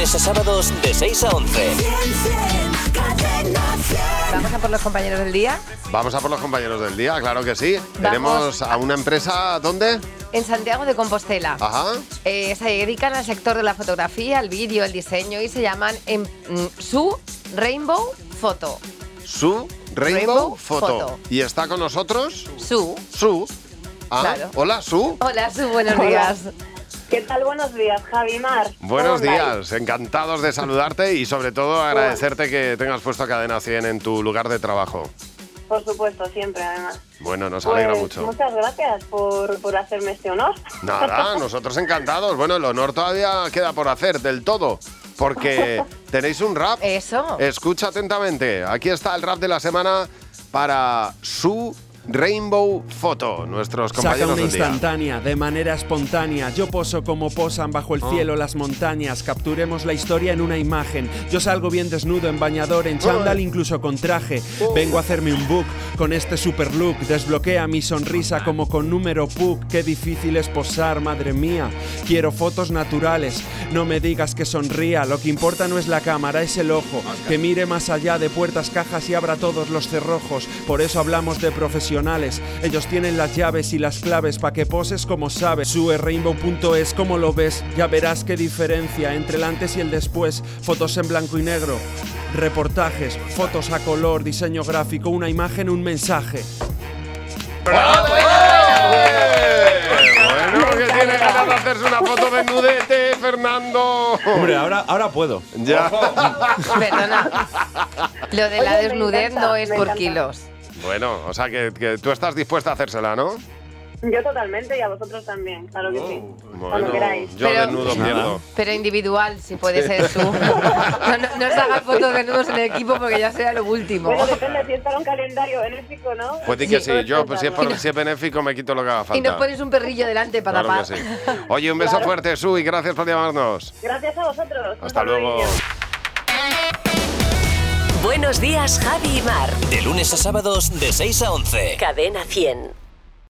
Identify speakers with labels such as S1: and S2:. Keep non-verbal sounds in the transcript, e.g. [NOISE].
S1: a sábados de 6 a 11.
S2: Vamos a por los compañeros del día.
S3: Vamos a por los compañeros del día, claro que sí. Tenemos a una empresa, ¿dónde?
S2: En Santiago de Compostela.
S3: Ajá.
S2: Eh, se dedican al sector de la fotografía, el vídeo, el diseño y se llaman em- mm, Su Rainbow Photo.
S3: Su Rainbow,
S2: Rainbow
S3: Photo.
S2: Photo.
S3: Y está con nosotros
S2: Su.
S3: Su. Ah,
S2: Claro.
S3: Hola, Su.
S2: Hola, Su, buenos
S4: Hola.
S2: días.
S4: ¿Qué tal? Buenos días, Javi Mar.
S3: Buenos
S4: ¿Cómo andáis?
S3: días, encantados de saludarte y sobre todo agradecerte que tengas puesto Cadena 100 en tu lugar de trabajo.
S4: Por supuesto, siempre, además.
S3: Bueno, nos
S4: Pues,
S3: alegra mucho.
S4: Muchas gracias por, por hacerme este honor.
S2: [LAUGHS]
S3: Nada, nosotros encantados. Bueno, el honor todavía queda por hacer del todo,
S2: [LAUGHS]
S3: porque tenéis un
S2: Eh,
S3: rap.
S2: Eso.
S3: Escucha atentamente. Aquí está el rap de la semana para su Rainbow Photo, nuestros
S5: Saca
S3: compañeros
S5: una
S3: del día.
S5: instantánea, de manera espontánea. Yo poso como posan bajo el cielo las montañas. Capturemos la historia en una imagen. Yo salgo bien desnudo, en bañador, en chándal, incluso con traje. Vengo a hacerme un book con este super look. Desbloquea mi sonrisa como con número PUC. Qué difícil es posar, madre mía. Quiero fotos naturales. No me digas que sonría. Lo que importa no es la cámara, es el ojo. Que mire más allá de puertas, cajas y abra todos los cerrojos. Por eso hablamos de profesionales. Ellos tienen las llaves y las claves para que poses como sabes. Sube rainbow.es como lo ves. Ya verás qué diferencia entre el antes y el después. Fotos en blanco y negro. Reportajes, fotos a color, diseño gráfico, una imagen, un mensaje.
S3: Bueno, que tiene ganas de hacerse una foto de nudete, Fernando.
S6: Hombre, ahora, ahora puedo.
S3: Ya.
S2: Perdona. Lo de
S4: Oye,
S2: la
S4: me
S2: desnudez
S4: encanta,
S2: no es
S4: me
S2: por
S4: encanta.
S2: kilos.
S3: Bueno, o sea que, que tú estás dispuesta a hacérsela, ¿no?
S4: Yo totalmente y a vosotros también, claro que sí. Cuando
S3: Oh, Bueno,
S4: queráis.
S3: yo
S2: Pero-
S3: desnudo pierdo.
S2: Pero individual, si puede ser
S3: [LAUGHS]
S2: su. No, no, no os hagas fotos de nudos en el equipo porque ya será lo último.
S4: Bueno, depende si está un calendario benéfico, ¿no?
S3: Puede que sí, yo pues, si, es por-
S4: Claro.
S3: si es benéfico me quito lo que haga falta.
S2: Y nos pones un perrillo delante para
S3: Claro que
S2: tapar.
S3: sí. Oye, un beso
S4: Claro.
S3: fuerte, Su, y gracias por llamarnos.
S4: Gracias a vosotros. Un
S3: Hasta luego.
S4: saludillo.
S7: Buenos días, Javi y Mar.
S1: De lunes a sábados de 6 a 11.
S7: Cadena 100.